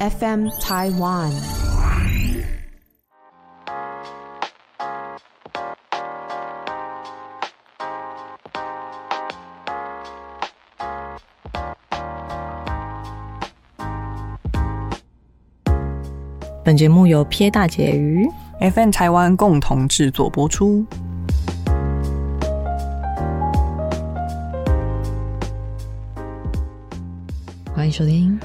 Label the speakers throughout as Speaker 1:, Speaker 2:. Speaker 1: FM Taiwan。
Speaker 2: 本节目由撇大姐鱼
Speaker 3: FN 台湾共同制作播出。
Speaker 2: 欢迎收听。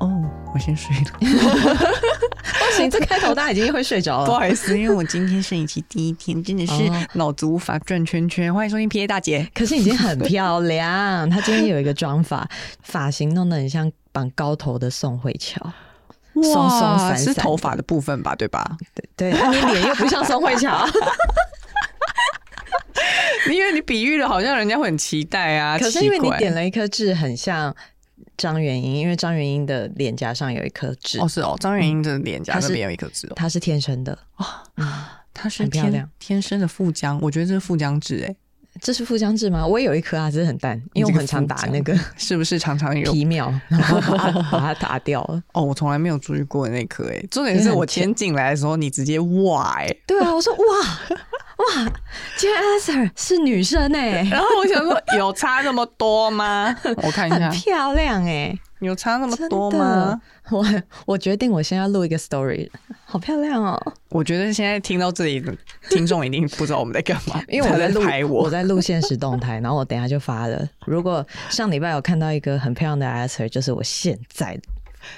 Speaker 3: 哦，我先睡了，
Speaker 2: 不行，这开头大家已经会睡着
Speaker 3: 不
Speaker 2: 了。
Speaker 3: 好意思，因为我今天生理期第一天，真的是
Speaker 2: 哦
Speaker 3: 脑子无法转圈圈。欢迎收听 P A 大姐，
Speaker 2: 可是已经很漂亮，她今天有一个妆发，发型弄得很像绑高头的宋慧乔。松松散散
Speaker 3: 是
Speaker 2: 的
Speaker 3: 头发的部分吧，对吧？
Speaker 2: 对，啊、你脸又不像宋慧 乔，
Speaker 3: 因为你比喻了，好像人家会很期待啊。
Speaker 2: 可是因为
Speaker 3: 奇
Speaker 2: 你
Speaker 3: 怪
Speaker 2: 点了一颗痣，很像张元英，因为张元英的脸颊上有一颗痣
Speaker 3: 哦，，是哦，张元英的脸颊
Speaker 2: 她是
Speaker 3: 那边有一颗痣哦，
Speaker 2: 她是天生的。
Speaker 3: 她是
Speaker 2: 很漂
Speaker 3: 天
Speaker 2: 亮
Speaker 3: 天生的富江，我觉得这是富江痣，哎，
Speaker 2: 这是腹腔痣吗？我也有一颗啊，只是很淡，因为我很常打那个
Speaker 3: 是不是常常有？
Speaker 2: 皮 秒，然后把它把它打掉了。
Speaker 3: 哦，我从来没有注意过那颗，哎，重
Speaker 2: 因
Speaker 3: 点
Speaker 2: 为
Speaker 3: 是
Speaker 2: 很
Speaker 3: 我先进来的时候，你直接哇，哎，
Speaker 2: 对啊，我说哇哇，竟然 Esther 是女生哎、
Speaker 3: 然后我想说，有差那么多 吗？我看一
Speaker 2: 很
Speaker 3: 下，
Speaker 2: 漂亮哎、
Speaker 3: 有差那么
Speaker 2: 真
Speaker 3: 多
Speaker 2: 的
Speaker 3: 吗？，
Speaker 2: 我我决定我先要录一个 story，好漂亮哦！
Speaker 3: 我觉得现在听到这里，听众一定不知道我们在干嘛，
Speaker 2: 因为我
Speaker 3: 他
Speaker 2: 在
Speaker 3: 在
Speaker 2: 录
Speaker 3: 拍我。哎
Speaker 2: 在录现实动态， 然后我等一下就发了。如果上礼拜有看到一个很漂亮的 Esther，就是我现在
Speaker 3: 哎、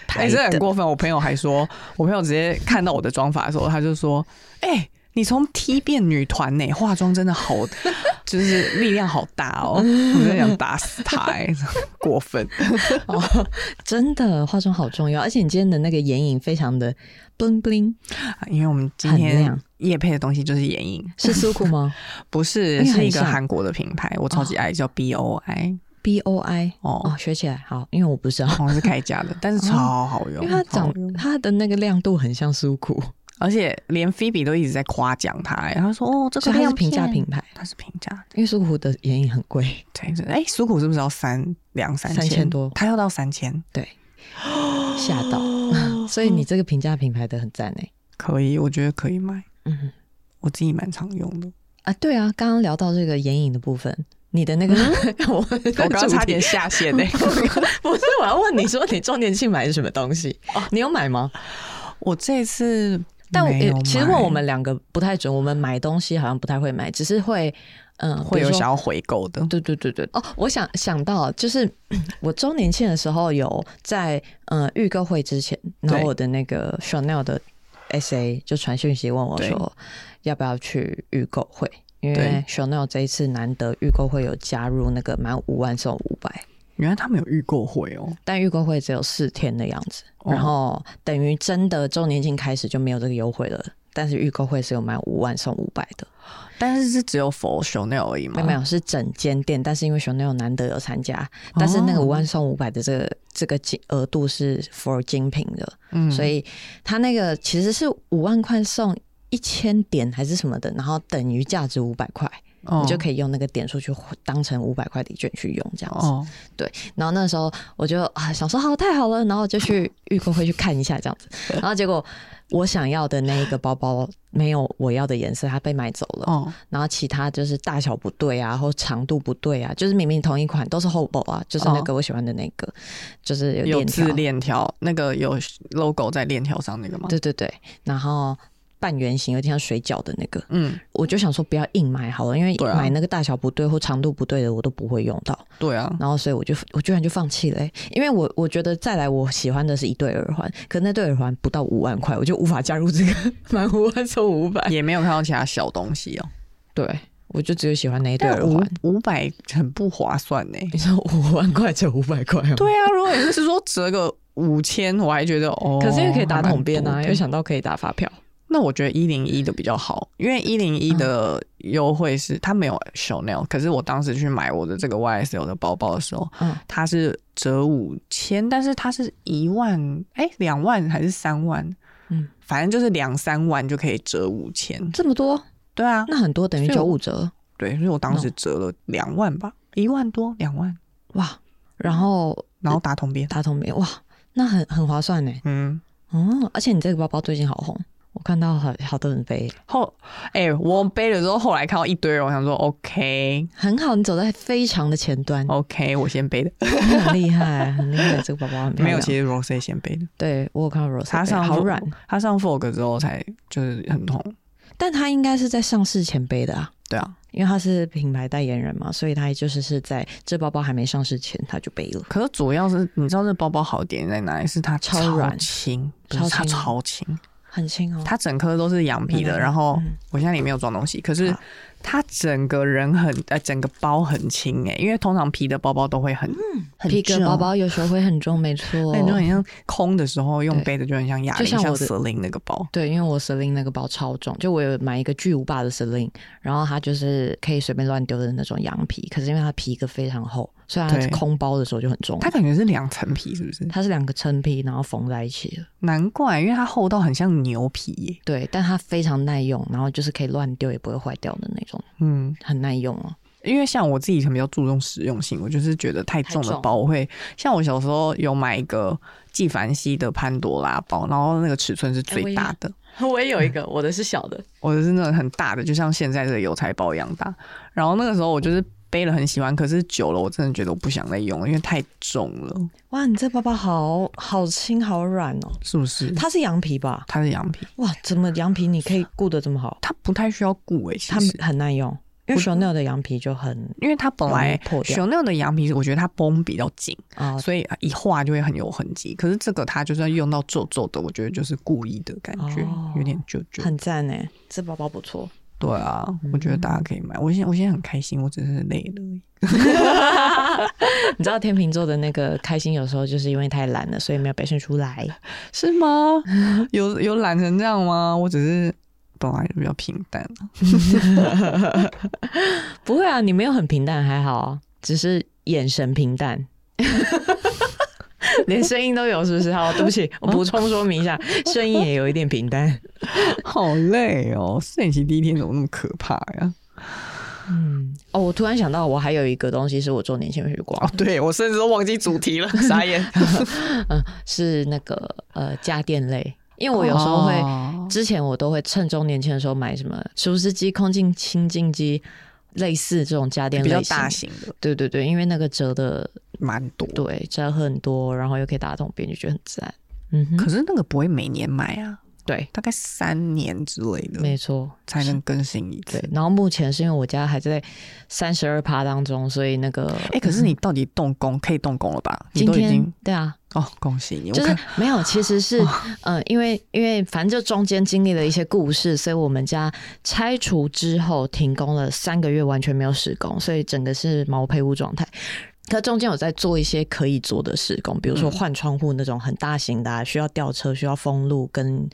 Speaker 2: 拍
Speaker 3: 这
Speaker 2: 的。
Speaker 3: 很过分！我朋友还说，我朋友直接看到我的妆发的时候，他就说：“哎、你从 T 变女团呢、化妆真的好， 就是力量好大哦！”我真的想打死他、哎，过分！
Speaker 2: 哦，真的化妆好重要，而且你今天的那个眼影非常的 bling bling，
Speaker 3: 因为我们今
Speaker 2: 很
Speaker 3: 天
Speaker 2: 亮
Speaker 3: 夜配的东西就是眼影，
Speaker 2: 是 Suku 吗
Speaker 3: 不是
Speaker 2: 哎很
Speaker 3: 是一个
Speaker 2: 像哦
Speaker 3: 韩国的品牌，我超级爱，叫 B O I，
Speaker 2: ？B O I
Speaker 3: 哦
Speaker 2: 哦，学起来好，因为我不知道，
Speaker 3: 好像是开价的，但是超好
Speaker 2: 哦因
Speaker 3: 用，
Speaker 2: 为它
Speaker 3: 好
Speaker 2: 长
Speaker 3: 用
Speaker 2: 它的那个亮度很像 Suku，
Speaker 3: 而且连菲比都一直在夸奖他、欸，他说：“哦，这
Speaker 2: 所
Speaker 3: 个
Speaker 2: 以它是
Speaker 3: 亮
Speaker 2: 平价
Speaker 3: 片
Speaker 2: 品，牌。
Speaker 3: 它是平价。
Speaker 2: 因为苏湖的眼影很贵，”
Speaker 3: 对，真的哎，苏、苦是不是要三两三
Speaker 2: 三千多
Speaker 3: 他要到三千，
Speaker 2: 对，吓到。 所以你这个平价品牌的很赞哎，
Speaker 3: 可以，我觉得可以买，
Speaker 2: 嗯
Speaker 3: 我自己蛮常用 的。
Speaker 2: 啊，对啊，刚刚聊到这个眼影的部分，你的那个、嗯 我我
Speaker 3: 我刚刚差 点下
Speaker 2: 欸
Speaker 3: 线 呢、
Speaker 2: 不是我要问你说你周年庆买的什么东西？你有买吗？
Speaker 3: 我这次
Speaker 2: 哦但我
Speaker 3: 没有
Speaker 2: 呃其实问
Speaker 3: 买
Speaker 2: 我们两个不太准，我们买东西好像不太会买，只是会嗯、
Speaker 3: 会有
Speaker 2: 比如说
Speaker 3: 想要回购的，
Speaker 2: 对对对对哦，我想想到就是 我周年庆的时候有在呃预购会之前，然后
Speaker 3: 对
Speaker 2: 我的那个 Chanel 的 S A 就传讯息问我
Speaker 3: 对
Speaker 2: 说要不要去预购会，因为
Speaker 3: 对
Speaker 2: Chanel 这一次难得预购会有加入那个满五万送五百，
Speaker 3: 原来他们有预购会哦。
Speaker 2: 但预购会只有四天的样子，
Speaker 3: 哦
Speaker 2: 然后等于真的周年庆开始就没有这个优惠了。但是预购会是有满五万送五百的，
Speaker 3: 但是是只有 for Chanel 而已
Speaker 2: 没
Speaker 3: 吗？
Speaker 2: 有没有是整间店，但是因为 Chanel 难得有参加，
Speaker 3: 哦
Speaker 2: 但是那个五万送五百的这个这个金额度是 for 精品的，
Speaker 3: 嗯
Speaker 2: 所以它那个其实是五万块送一千点还是什么的，然后等于价值五百块，
Speaker 3: 哦
Speaker 2: 你就可以用那个点数去当成五百块礼券去用这样子。
Speaker 3: 哦，
Speaker 2: 然后那时候我就啊想说好太好了，然后就去预购会去看一下这样子，然后结果我想要的那一个包包没有我要的颜色，它被买走了。
Speaker 3: 哦，
Speaker 2: 然后其他就是大小不对啊，或长度不对啊，就是明明同一款都是 Hobo 啊，就是那个我喜欢的那个，就是有
Speaker 3: 哦有
Speaker 2: 链条
Speaker 3: 字，链条，那个有 logo 在链条上那个吗？
Speaker 2: 对对对，然后半圆形有点像水饺的那个，
Speaker 3: 嗯，
Speaker 2: 我就想说不要硬买好了，因为
Speaker 3: 对啊
Speaker 2: 买那个大小不对或长度不对的我都不会用到，
Speaker 3: 对啊，
Speaker 2: 然后所以我就我居然就放弃了欸、因为我我觉得再来我喜欢的是一对耳环，可那对耳环不到五万块，我就无法加入这个 满五万送五百，
Speaker 3: 也没有看到其他小东西哦。
Speaker 2: 对我就只有喜欢那一对
Speaker 3: 但
Speaker 2: 耳
Speaker 3: 五
Speaker 2: 环。
Speaker 3: 五百很不划算呢。
Speaker 2: 你说五万块折五百块哦？
Speaker 3: 对啊，如果你是说折个五千，我还觉得哦，
Speaker 2: 可是又可以打
Speaker 3: 还蛮
Speaker 2: 桶边
Speaker 3: 多
Speaker 2: 啊，
Speaker 3: 的
Speaker 2: 又想到可以打发票。
Speaker 3: 那我觉得一零一的比较好，因为一零一
Speaker 2: 嗯
Speaker 3: 的优惠是它没有 Chanel，可是我当时去买我的这个 YSL 的包包的时候，
Speaker 2: 嗯，
Speaker 3: 它是折五千，但是它是一万，哎，两万还是三万？
Speaker 2: 嗯，
Speaker 3: 反正就是两三万就可以折五千。
Speaker 2: 这么多，
Speaker 3: 对啊，
Speaker 2: 那很多等于
Speaker 3: 所以
Speaker 2: 九
Speaker 3: 我
Speaker 2: 五折，
Speaker 3: 对，所以我当时折了两万吧，一万多两万，
Speaker 2: 哇！然后
Speaker 3: 然后打桶边。
Speaker 2: 打桶边，哇！那很很划算呢。
Speaker 3: 嗯，
Speaker 2: 哦，而且你这个包包最近好红，我看到好好多人背，
Speaker 3: 后哎、我背了之后，后来看到一堆人，我想说 OK
Speaker 2: 很好，你走在非常的前端，
Speaker 3: OK，我先 背的，
Speaker 2: 你很厉害，很厉害，这个包包很漂亮。
Speaker 3: 没有，其实 Rose 先背的，
Speaker 2: 对我有看到 Rose，
Speaker 3: 他上
Speaker 2: 好
Speaker 3: Vogue-
Speaker 2: 软，
Speaker 3: 他上 Vogue 之后才就是很痛，
Speaker 2: 但他应该是在上市前背的啊。
Speaker 3: 对啊。
Speaker 2: 因为他是品牌代言人嘛，所以他就是是在这包包还没上市前他就背了。
Speaker 3: 可是主要是你知道这包包好点在哪里？是它
Speaker 2: 超
Speaker 3: 超
Speaker 2: 软
Speaker 3: 轻，不
Speaker 2: 超
Speaker 3: 是它
Speaker 2: 轻
Speaker 3: 超轻，
Speaker 2: 很轻哦，
Speaker 3: 它整颗都是羊
Speaker 2: 来
Speaker 3: 皮
Speaker 2: 来
Speaker 3: 的。
Speaker 2: 来
Speaker 3: 然后
Speaker 2: 嗯
Speaker 3: 我现在里面有装东西，可是
Speaker 2: 好
Speaker 3: 它整个人很呃，整个包很轻哎、因为通常皮的包包都会很、
Speaker 2: 嗯
Speaker 3: 很
Speaker 2: 皮革
Speaker 3: 重
Speaker 2: 包，包有时候会很重，没错
Speaker 3: 那。你就很像空的时候用
Speaker 2: 对
Speaker 3: 背的就很像哑
Speaker 2: 就
Speaker 3: 铃，
Speaker 2: 像
Speaker 3: 像
Speaker 2: 我的
Speaker 3: 蛇令那个包。
Speaker 2: 对，因为我 Celine 那个包超重，就我有买一个巨无霸的 Celine，然后它就是可以随便乱丢的那种羊皮，可是因为它皮革非常厚，所以它
Speaker 3: 对
Speaker 2: 空包的时候就很重。
Speaker 3: 它感觉是两层皮，是不是？
Speaker 2: 它是两个撑皮，然后缝在一起的。
Speaker 3: 难怪，因为它厚到很像牛皮耶、
Speaker 2: 对，但它非常耐用，然后就是可以乱丢也不会坏掉的那种，
Speaker 3: 嗯，
Speaker 2: 很耐用哦、
Speaker 3: 因为像我自己可能比较注重实用性，我就是觉得太重
Speaker 2: 太
Speaker 3: 的
Speaker 2: 重
Speaker 3: 包，我会像我小时候有买一个纪梵希的潘多拉包，然后那个尺寸是
Speaker 2: 哎我
Speaker 3: 最
Speaker 2: 也
Speaker 3: 大的，
Speaker 2: 我也有一个，我的是小的，
Speaker 3: 我的是那种很大的，就像现在这个邮差包一样大。然后那个时候我就是背了很喜欢，可是久了我真的觉得我不想再用了，因为太重了，
Speaker 2: 哇，你这包包好好轻好软哦，
Speaker 3: 是不是？
Speaker 2: 它是羊皮吧？
Speaker 3: 它是羊皮，
Speaker 2: 哇，怎么羊皮你可以顾得这么好？
Speaker 3: 它不太需要顾诶、
Speaker 2: 它
Speaker 3: 其实。
Speaker 2: 很耐用，因为
Speaker 3: 我
Speaker 2: Chanel 的羊皮就很
Speaker 3: 因为它本
Speaker 2: 容易
Speaker 3: 来
Speaker 2: 破掉
Speaker 3: Chanel 的羊皮，我觉得它绷比较紧，
Speaker 2: 啊、
Speaker 3: 所以一画就会很有痕迹。可是这个它就是要用到皱皱的，我觉得就是故意的感觉，
Speaker 2: 哦
Speaker 3: 有点旧旧。
Speaker 2: 很嗯赞哎，这包包不错。
Speaker 3: 对啊，我觉得大家可以买。我现在我现在很开心，我只是累了而已。
Speaker 2: 你知道天秤座的那个开心，有时候就是因为太懒了，所以没有表现出来。
Speaker 3: 是吗？有有懒成这样吗？我只是本来就比较平淡。
Speaker 2: 不会啊，你没有很平淡，还好啊，只是眼神平淡。 连声音都有，是不是？好，对不 起，我补充说明一下，声音也有一点平淡。
Speaker 3: 好累哦，四年级第一天怎么那么可怕呀？
Speaker 2: 嗯，哦，我突然想到，我还有一个东西是我周年庆会去逛
Speaker 3: 哦，对我甚至都忘记主题 了，傻眼。啊
Speaker 2: 嗯， 是那个呃家电类，因为我有时候会，
Speaker 3: 哦
Speaker 2: 之前我都会趁周年庆的时候买什么除湿机、空气清净机，类似这种家电
Speaker 3: 比较
Speaker 2: 类型
Speaker 3: 大。型的
Speaker 2: 对对对，因为那个折的
Speaker 3: 蛮多，
Speaker 2: 对折很多，然后又可以打桶边，就觉得很赞。嗯哼，
Speaker 3: 可是那个不会每年买啊，
Speaker 2: 对，
Speaker 3: 大概三年之类的
Speaker 2: 没错，
Speaker 3: 才能更新一次
Speaker 2: 对。。然后目前嗯是因为我家还在三十二趴当中，所以那个
Speaker 3: 哎、可是你到底动工可以动工了吧？你
Speaker 2: 今
Speaker 3: 都已
Speaker 2: 天
Speaker 3: 经
Speaker 2: 对啊，
Speaker 3: 哦，恭喜你！
Speaker 2: 就
Speaker 3: 我
Speaker 2: 是
Speaker 3: 看
Speaker 2: 没有，其实 是嗯、呃因为因为反正就中间经历了一些故事，所以我们家拆除之后停工了三个月，完全没有施工，所以整个是毛坯屋状态。可中间有在做一些可以做的施工，比如说换窗户那种很大型的、啊，需要吊车、需要封路跟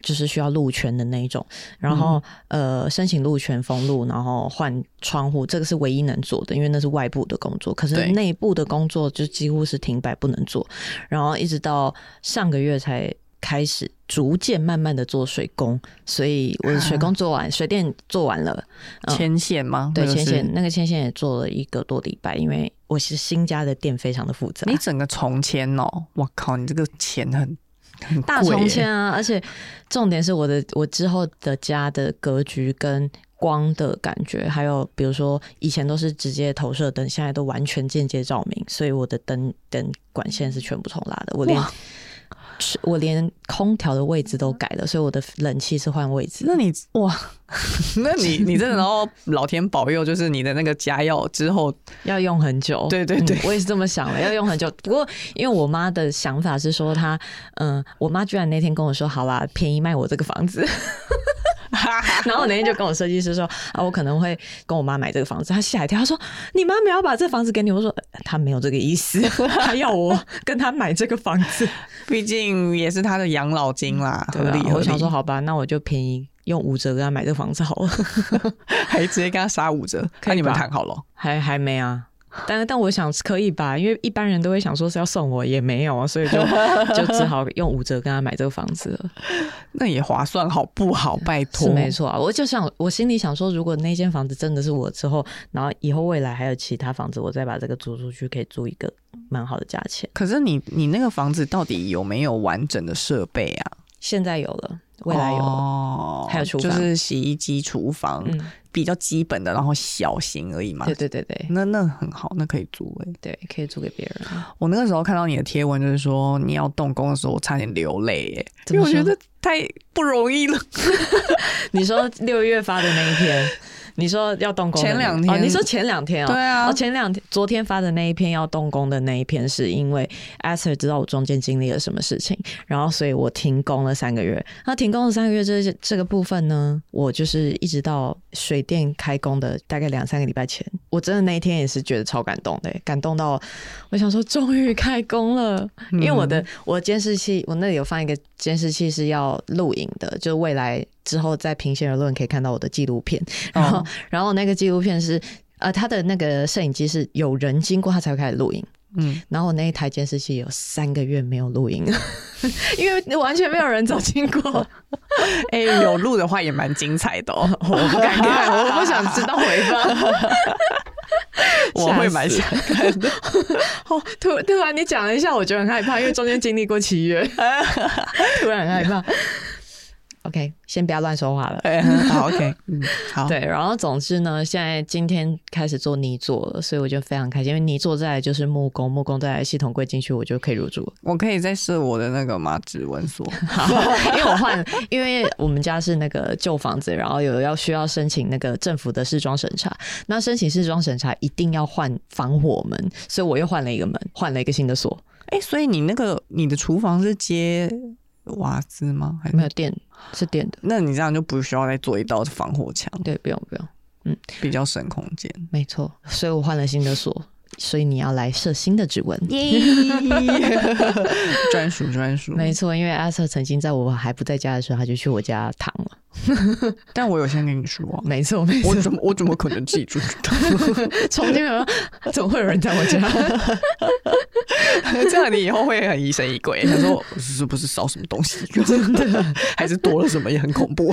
Speaker 2: 就是需要路权的那一种，然后、呃申请路权封路，然后换窗户，这个是唯一能做的，因为那是外部的工作。可是
Speaker 3: 对
Speaker 2: 内部的工作就几乎是停摆不能做，然后一直到上个月才开始逐渐慢慢的做水工，所以我的水工做完，水电做完了，嗯
Speaker 3: 牵线吗？
Speaker 2: 对
Speaker 3: 那个
Speaker 2: 牵
Speaker 3: 是
Speaker 2: 线那个牵线也做了一个多礼拜，因为我是新家的店非常的啊复杂，
Speaker 3: 你整个重签哦，我靠，你这个钱很 很
Speaker 2: 大
Speaker 3: 贵
Speaker 2: 重
Speaker 3: 耶
Speaker 2: 签啊，而且重点是我的我之后的家的格局跟。光的感觉，还有比如说以前都是直接投射灯，现在都完全间接照明，所以我的灯灯管线是全部重拉的。我连
Speaker 3: 哇
Speaker 2: 我连空调的位置都改了，所以我的冷气是换位置。
Speaker 3: 那你哇， 那你你真的要老天保佑，就是你的那个家药之后，
Speaker 2: 要用很久。
Speaker 3: 对对对
Speaker 2: 嗯我也是这么想 的，要用很久。不过因为我妈的想法是说她，嗯，我妈居然那天跟我说，好啦，便宜卖我这个房子。 然后我那天就跟我设计师说啊，我可能会跟我妈买这个房子。她吓一跳，她说你妈没有把这房子给你？我说呃她没有这个意思， 她要我跟她买这个房子。
Speaker 3: 毕竟也是他的养老金啦，
Speaker 2: 对
Speaker 3: 合理
Speaker 2: 啊，
Speaker 3: 合
Speaker 2: 我想
Speaker 3: 理
Speaker 2: 说，好吧，那我就便宜用五折给她买这个房子好了。
Speaker 3: 还直接跟他杀五折，
Speaker 2: 可以
Speaker 3: 看你们
Speaker 2: 吧
Speaker 3: 谈好了。
Speaker 2: 还还没啊。但但我想可以吧，因为一般人都会想说是要送我，也没有啊，所以就就只好用五折跟他买这个房子了，
Speaker 3: 那也划算，好不好？拜托，
Speaker 2: 是没错啊。我就想，我心里想说，如果那间房子真的是我之后，然后以后未来还有其他房子，我再把这个租出去，可以租一个蛮好的价钱。
Speaker 3: 可是你你那个房子到底有没有完整的设备啊？
Speaker 2: 现在有了，未来有了，
Speaker 3: 哦
Speaker 2: 还有厨
Speaker 3: 就
Speaker 2: 房
Speaker 3: 是洗衣机、厨房、
Speaker 2: 嗯，
Speaker 3: 比较基本的，然后小型而已嘛
Speaker 2: 对。对对对
Speaker 3: 那那很好，那可以租哎、
Speaker 2: 对，可以租给别人。啊
Speaker 3: 我那个时候看到你的贴文，就是说你要动工的时候，我差点流泪哎、
Speaker 2: 怎
Speaker 3: 因为
Speaker 2: 么
Speaker 3: 我觉
Speaker 2: 说
Speaker 3: 得太不容易了。
Speaker 2: 你说六月发的那一篇，你说要动工的那
Speaker 3: 前两天
Speaker 2: 哦，你说前两天哦，
Speaker 3: 对啊
Speaker 2: 哦，前两天昨天发的那一篇要动工的那一篇，是因为 Esther 知道我中间经历了什么事情，然后所以我停工了三个月。那停工了三个月这这个部分呢，我就是一直到水电开工的大概两三个礼拜前，我真的那一天也是觉得超感动的，感动到我想说终于开工了，因为我的我的监视器，我那里有放一个监视器是要录影的，就是未来之后在平行而论可以看到我的纪录片，然后、
Speaker 3: 哦
Speaker 2: 然后那个纪录片是。呃，他的那个摄影机是有人经过，他才会开始录影。
Speaker 3: 嗯，
Speaker 2: 然后我那一台监视器有三个月没有录影，因为完全没有人走经过。
Speaker 3: 哎、有录的话也蛮精彩 的哦。
Speaker 2: 我不敢看，我不想知道回放。
Speaker 3: 我会蛮
Speaker 2: 吓
Speaker 3: 想看的。
Speaker 2: 哦，突突然你讲了一下，我觉得很害怕，因为中间经历过七月，突然很害怕。OK，先不要乱说话了。
Speaker 3: 哎， 好，OK，嗯，好，
Speaker 2: 对，然后总之呢，现在今天开始做泥做了，所以我就非常开心，因为泥做再来就是木工，木工再来系统柜进去，我就可以入住了。
Speaker 3: 我可以再试我的那个吗？指纹锁。
Speaker 2: 因为我换，因为我们家是那个旧房子，然后有要需要申请那个政府的试装审查，那申请试装审查一定要换防火门，所以我又换了一个门，换了一个新的锁，
Speaker 3: 哎、所以你那个你的厨房是接瓦斯吗？还
Speaker 2: 没
Speaker 3: 是
Speaker 2: 有电是电的，
Speaker 3: 那你这样就不需要再做一道防火墙，
Speaker 2: 对，不用不用，
Speaker 3: 比较省空 间。
Speaker 2: 没错，所以我换了新的锁，所以你要来设新的指纹。
Speaker 3: 耶，专属专属。
Speaker 2: 没错，因为阿瑟曾经在我还不在家的时候，他就去我家躺了。
Speaker 3: 但我有先跟你说 啊、
Speaker 2: 没错，没
Speaker 3: 我怎么我怎么可能自己住到？
Speaker 2: 从今而后总会有人在我家。
Speaker 3: 这样你以后会很疑神疑 鬼。他说是不是少什么东西？ 真的，还是多了什么也很恐怖，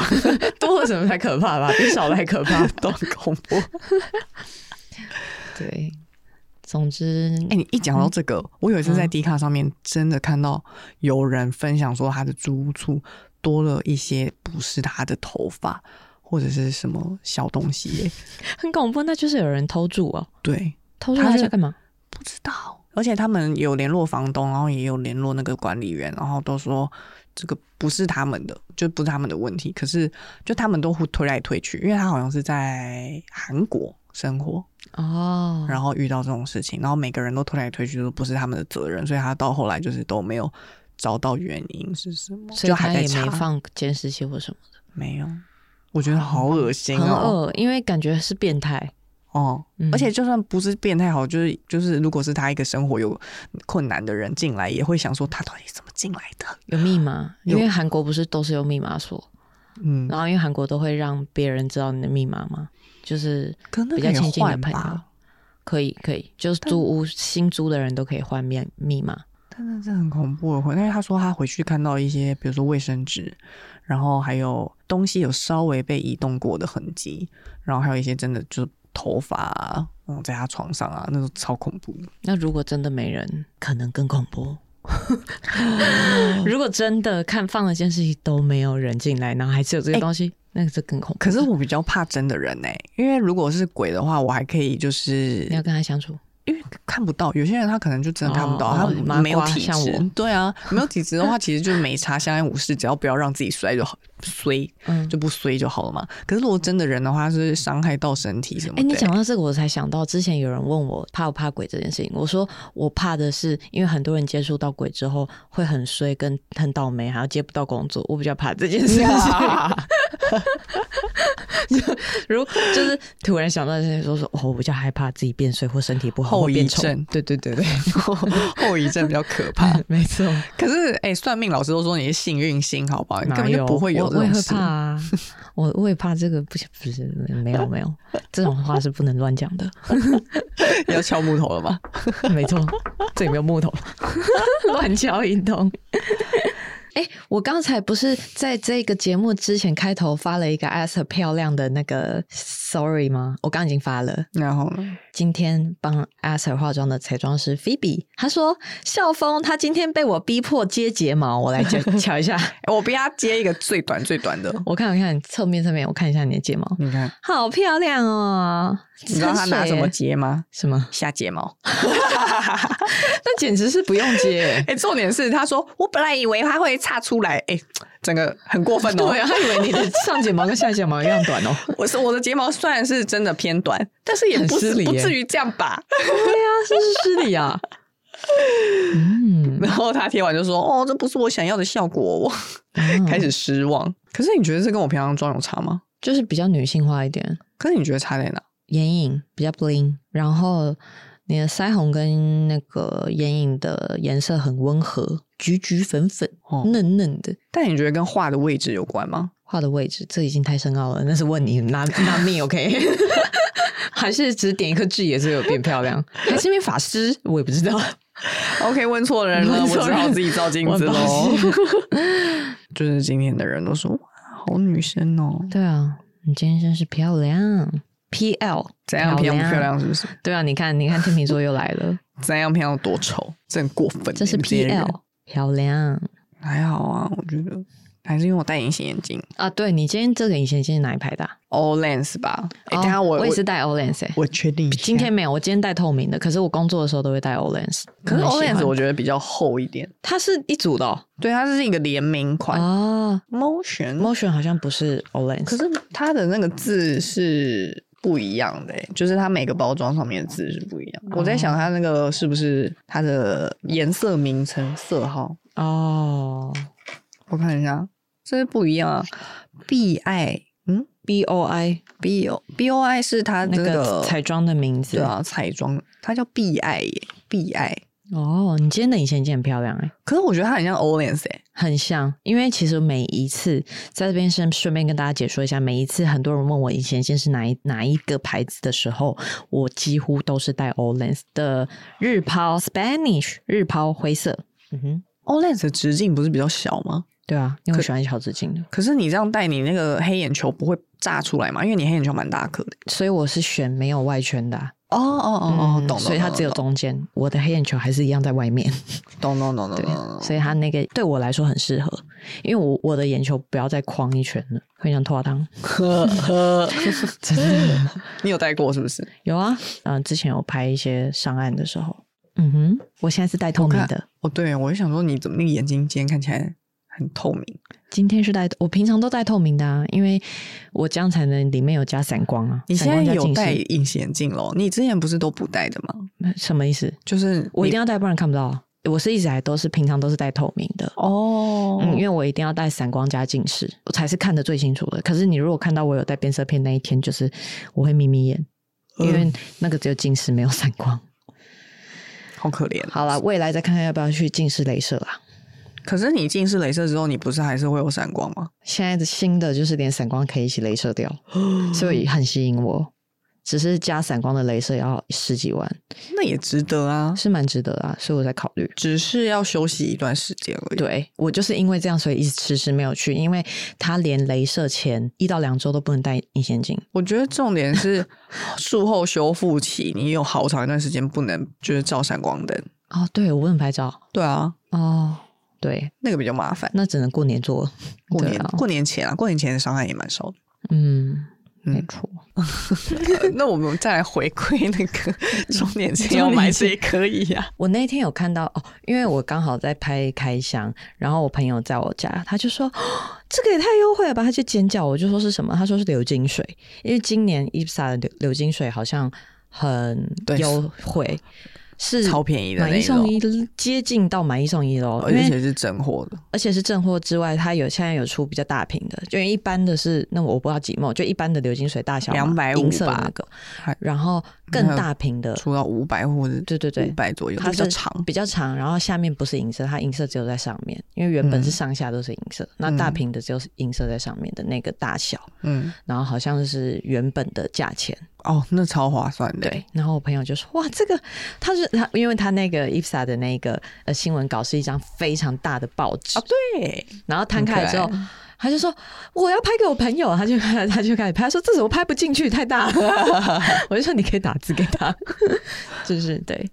Speaker 2: 多了什么才可怕吧？比少了还可怕。
Speaker 3: 都很恐怖。
Speaker 2: 对，总之，
Speaker 3: 哎、你一讲到这个，我有一次在 D 卡上面真的看到有人分享说他的租屋处多了一些不是他的头发或者是什么小东西耶、
Speaker 2: 很恐怖，那就是有人偷住哦。
Speaker 3: 对，
Speaker 2: 偷住
Speaker 3: 他
Speaker 2: 他
Speaker 3: 是
Speaker 2: 家干嘛？
Speaker 3: 不知道。而且他们有联络房东，然后也有联络那个管理员，然后都说这个不是他们的，就不是他们的问题。可是就他们都互推来推去，因为他好像是在韩国生活，
Speaker 2: 哦，
Speaker 3: 然后遇到这种事情，然后每个人都推来推去，都不是他们的责任，所以他到后来就是都没有找到原因是什么，
Speaker 2: 所以
Speaker 3: 就
Speaker 2: 他
Speaker 3: 还在
Speaker 2: 也没
Speaker 3: 查，
Speaker 2: 放监视器或什么，
Speaker 3: 没有。我觉得好恶心
Speaker 2: 很
Speaker 3: 哦，
Speaker 2: 恶，因为感觉是变态。
Speaker 3: 哦，
Speaker 2: 嗯
Speaker 3: 而且就算不是变态好，就是就是，如果是他一个生活有困难的人进来，也会想说他到底怎么进来的？
Speaker 2: 有密码，因
Speaker 3: 有
Speaker 2: 为韩国不是都是用密码锁，
Speaker 3: 嗯，
Speaker 2: 然后因为韩国都会让别人知道你的密码嘛，就是
Speaker 3: 可能
Speaker 2: 比较
Speaker 3: 可以
Speaker 2: 亲近的
Speaker 3: 换
Speaker 2: 朋友
Speaker 3: 吧，。
Speaker 2: 可以可以，就是
Speaker 3: 啊
Speaker 2: 租屋新租的人都可以换面密码，
Speaker 3: 真的是很恐怖的回。但是他说他回去看到一些，比如说卫生纸，然后还有东西有稍微被移动过的痕迹，然后还有一些真的就是头发、啊，嗯，在他床上啊，那种超恐怖的。
Speaker 2: 那如果真的没人，可能更恐怖。 如果真的看放了监视器都没有人进来，然后还是有这个东西，那个就更恐怖。
Speaker 3: 哎可是我比较怕真的人呢、因为如果是鬼的话，我还可以就是
Speaker 2: 你要跟他相处，
Speaker 3: 因为看不到，有些人他可能就真的看不到，
Speaker 2: 哦哦麻
Speaker 3: 他没有
Speaker 2: 瓜
Speaker 3: 体
Speaker 2: 像我
Speaker 3: 质。对啊，没有体质的话，其实就是没差，相安无事，只要不要让自己衰就好，衰
Speaker 2: 嗯，
Speaker 3: 就不衰就好了嘛。可是如果真的人的话，是伤害到身体什么
Speaker 2: 哎、
Speaker 3: 的、
Speaker 2: 你讲到这个，我才想到之前有人问我怕不怕鬼这件事情，我说我怕的是，因为很多人接触到鬼之后会很衰，跟很倒霉，还要接不到工作，我比较怕这件事情。 如就是突然想到这些，说说哦，我比较害怕自己变衰或身体不好
Speaker 3: 后
Speaker 2: 或变
Speaker 3: 遗
Speaker 2: 丑。
Speaker 3: 症，对对对对，后后遗症比较可 怕。
Speaker 2: 没错，
Speaker 3: 可是哎、算命老师都说你是幸运星，好不好？你根
Speaker 2: 哪
Speaker 3: 本就不会有
Speaker 2: 我
Speaker 3: 这
Speaker 2: 我也
Speaker 3: 种
Speaker 2: 会
Speaker 3: 事
Speaker 2: 怕。啊，我我也怕这个，不是不是，没有没有，这种话是不能乱讲的。
Speaker 3: 你 要敲木头了 吗？
Speaker 2: 没错，这里没有木 头，乱敲一 通。哎、我刚才不是在这个节目之前开头发了一个 S 漂亮的那个 Sorry 吗？我刚已经发了，
Speaker 3: 然后呢？
Speaker 2: 今天帮 a s e r 化妆的彩妆师 Phoebe，她说校风，她今天被我逼迫接睫毛，我来瞧 瞧一下，
Speaker 3: 哎我逼他接一个最短最短的，
Speaker 2: 我看我看侧面侧面，我看一下你的睫毛，
Speaker 3: 你看，
Speaker 2: 好漂亮哦！
Speaker 3: 你知道他拿
Speaker 2: 撑
Speaker 3: 什
Speaker 2: 水
Speaker 3: 么
Speaker 2: 耶
Speaker 3: 接吗？
Speaker 2: 什么？
Speaker 3: 下睫毛。。
Speaker 2: 那简直是不用接耶
Speaker 3: 哎、重点是他说，我本来以为他会岔出来，哎、整个很过分哦。
Speaker 2: 对啊，他以为你的上睫毛跟下睫毛一样短哦。
Speaker 3: 我是我的睫毛虽然是真的偏短，但是也
Speaker 2: 很
Speaker 3: 不是
Speaker 2: 失礼
Speaker 3: 不
Speaker 2: 耶
Speaker 3: 至于这样吧。
Speaker 2: 对啊，是不是失礼啊。嗯，
Speaker 3: 然后他贴完就说：“哦，这不是我想要的效果。”我开始失望。嗯可是你觉得这跟我平常妆有差吗？
Speaker 2: 就是比较女性化一点，
Speaker 3: 可是你觉得差在哪？
Speaker 2: 眼影比较 bling，然后你的腮红跟那个眼影的颜色很温和，橘橘粉粉、
Speaker 3: 哦
Speaker 2: 嫩嫩的。
Speaker 3: 但你觉得跟画的位置有关吗？
Speaker 2: 画的位置，这已经太深奥了，那是问你拿拿命 OK，还是只点一颗痣也是有变漂亮，还是因为法师我也不知道。
Speaker 3: OK，问错 人了，
Speaker 2: 问
Speaker 3: 我
Speaker 2: 错
Speaker 3: 只
Speaker 2: 人
Speaker 3: 好自己照镜子
Speaker 2: 我
Speaker 3: 喽
Speaker 2: 很。
Speaker 3: 就是今天的人都说哇，好女生哦，
Speaker 2: 对啊，你今天真是漂亮，PL
Speaker 3: 怎样漂亮不漂？亮？是不是？
Speaker 2: 对啊，你看，你看天秤座又来 了，
Speaker 3: 怎样漂亮多丑，这很过分。
Speaker 2: 这是
Speaker 3: 你们这些人
Speaker 2: PL 漂亮
Speaker 3: 还好啊，我觉得还是因为我戴隐形眼镜
Speaker 2: 啊！对你今天这个隐形眼镜是哪一排的啊、
Speaker 3: ，all lens 吧。哎、等一下
Speaker 2: 哦
Speaker 3: 我
Speaker 2: 我也是戴 Olens 哎、
Speaker 3: 我确定一下
Speaker 2: 今天没有，我今天戴透明的，可是我工作的时候都会戴 Olens。
Speaker 3: 可是
Speaker 2: 我
Speaker 3: all
Speaker 2: 很喜
Speaker 3: lens
Speaker 2: 欢
Speaker 3: 我觉得比较厚一点，
Speaker 2: 它是一组的哦。
Speaker 3: 对，它是一个联名款、
Speaker 2: 啊
Speaker 3: motion，
Speaker 2: Motion 好像不是 Olens，
Speaker 3: 可是它的那个字是不一样的、欸，就是它每个包装上面的字是不一样的。我在想它那个是不是它的颜色名称色号？
Speaker 2: 哦
Speaker 3: 我看一下，这是不一样啊。B I 嗯
Speaker 2: ，B O I
Speaker 3: B O B O I 是它
Speaker 2: 那
Speaker 3: 那
Speaker 2: 个
Speaker 3: 个
Speaker 2: 彩妆的名字
Speaker 3: 对。啊彩妆，它叫 B I 耶 B I。
Speaker 2: 哦，你今天的隐形眼镜很漂亮哎、
Speaker 3: 可是我觉得它很像 Olens 哎、
Speaker 2: 很像，因为其实每一次在这边顺顺便跟大家解说一下，每一次很多人问我以前先是哪一哪一个牌子的时候，我几乎都是戴 Olens 的日抛 Spanish 日抛灰色。嗯哼，
Speaker 3: Olens 的直径不是比较小吗？
Speaker 2: 对啊，因为我
Speaker 3: 可
Speaker 2: 喜欢小直径的，
Speaker 3: 可是你这样戴，你那个黑眼球不会炸出来吗？因为你黑眼球蛮大颗的。
Speaker 2: 所以我是选没有外圈的啊、
Speaker 3: 哦哦
Speaker 2: 嗯所以它只有中间，我的黑眼球还是一样在外面，
Speaker 3: 懂懂懂懂
Speaker 2: 对，
Speaker 3: 懂。
Speaker 2: 所以它那个对我来说很适合，因为我我的眼球不要再框一圈了，很想脱汤。 真的。
Speaker 3: 呃你有戴过是不是？
Speaker 2: 有啊，嗯、之前有拍一些上岸的时候，嗯哼，我现在是戴透明的，
Speaker 3: 哦，对，我就想说你怎么那个眼睛今天看起来很透明？
Speaker 2: 今天是戴，我平常都戴透明的啊，因为我这样才能里面有加散光啊。
Speaker 3: 你现在
Speaker 2: 散光加
Speaker 3: 有
Speaker 2: 近视嗯
Speaker 3: 戴隐形眼镜咯？你之前不是都不戴的吗？
Speaker 2: 什么意思？
Speaker 3: 就是
Speaker 2: 我一
Speaker 3: 你
Speaker 2: 定要戴，不然看不到啊。我是一直还都是平常都是戴透明的。
Speaker 3: 哦，
Speaker 2: 嗯，因为我一定要戴散光加近视，我才是看得最清楚的。可是你如果看到我有戴变色片那一天，就是我会眯眯眼，因
Speaker 3: 呃
Speaker 2: 为那个只有近视没有散光。
Speaker 3: 好可怜。啊
Speaker 2: 好啦，未来再看看要不要去近视镭射啦。
Speaker 3: 可是你近视雷射之后，你不是还是会有散光吗？
Speaker 2: 现在的新的就是连散光可以一起镭射 掉，所以很吸引我。只是加散光的镭射要十几万，
Speaker 3: 那也值得啊，
Speaker 2: 是蛮值得啊，所以我在考虑。
Speaker 3: 只是要休息一段时间而已。
Speaker 2: 对我就是因为这样，所以一直迟迟没有去，因为他连镭射前一到两周都不能戴隐形眼镜。
Speaker 3: 我觉得重点是 术后修复期，你有好长一段时间不能就是照闪光灯。
Speaker 2: 哦，对我不能拍照
Speaker 3: 对啊，
Speaker 2: 哦，对，
Speaker 3: 那个比较麻烦。
Speaker 2: 那只能过年做了。
Speaker 3: 过
Speaker 2: 对
Speaker 3: 年、
Speaker 2: 啊
Speaker 3: 过年前啊，过年前的伤害也蛮少的。
Speaker 2: 嗯，
Speaker 3: 嗯
Speaker 2: 没错。
Speaker 3: 呃那我们再来回馈 那个中年前要
Speaker 2: 中年
Speaker 3: 买
Speaker 2: 前
Speaker 3: 谁可以呀、
Speaker 2: 我那天有看到哦，因为我刚好在拍开箱，然后我朋友在我家，他就说、哦这个也太优惠了吧，他就尖叫，我就说是什么？他说是流金水，因为今年 IPSA 的流流金水好像很
Speaker 3: 对
Speaker 2: 优惠，是
Speaker 3: 超便宜的
Speaker 2: 买
Speaker 3: 那
Speaker 2: 一送
Speaker 3: 种，
Speaker 2: 一，接近到买一送一喽，
Speaker 3: 而
Speaker 2: 因为
Speaker 3: 且是真货的。
Speaker 2: 而且是正货之外，它有现在有出比较大瓶的，就因为一般的是那我不知道几毛，就一般的流金水大小嘛
Speaker 3: 250
Speaker 2: 银色的那个
Speaker 3: 还，
Speaker 2: 然后更大瓶的，
Speaker 3: 出到五百或者
Speaker 2: 对对
Speaker 3: 五
Speaker 2: 对，
Speaker 3: 百左右，
Speaker 2: 它
Speaker 3: 它比较
Speaker 2: 是
Speaker 3: 长。
Speaker 2: 比较长，然后下面不是银色，它银色只有在上面，因为原本是上下都是银色，那大瓶的只有银色在上面的那个大小，
Speaker 3: 嗯，
Speaker 2: 然后好像是原本的价钱，
Speaker 3: 哦，那超划算的。
Speaker 2: 对，然后我朋友就说：“哇，这个他是他，因为他那个 IPSA 的那个呃新闻稿是一张非常大的报纸，
Speaker 3: 啊，对，
Speaker 2: 然后摊开来之后
Speaker 3: 很可，
Speaker 2: 他就说我要拍给我朋友，他就开他就开始拍，他说这怎么拍不进去，太大了。我就说你可以打字给他， 就是对，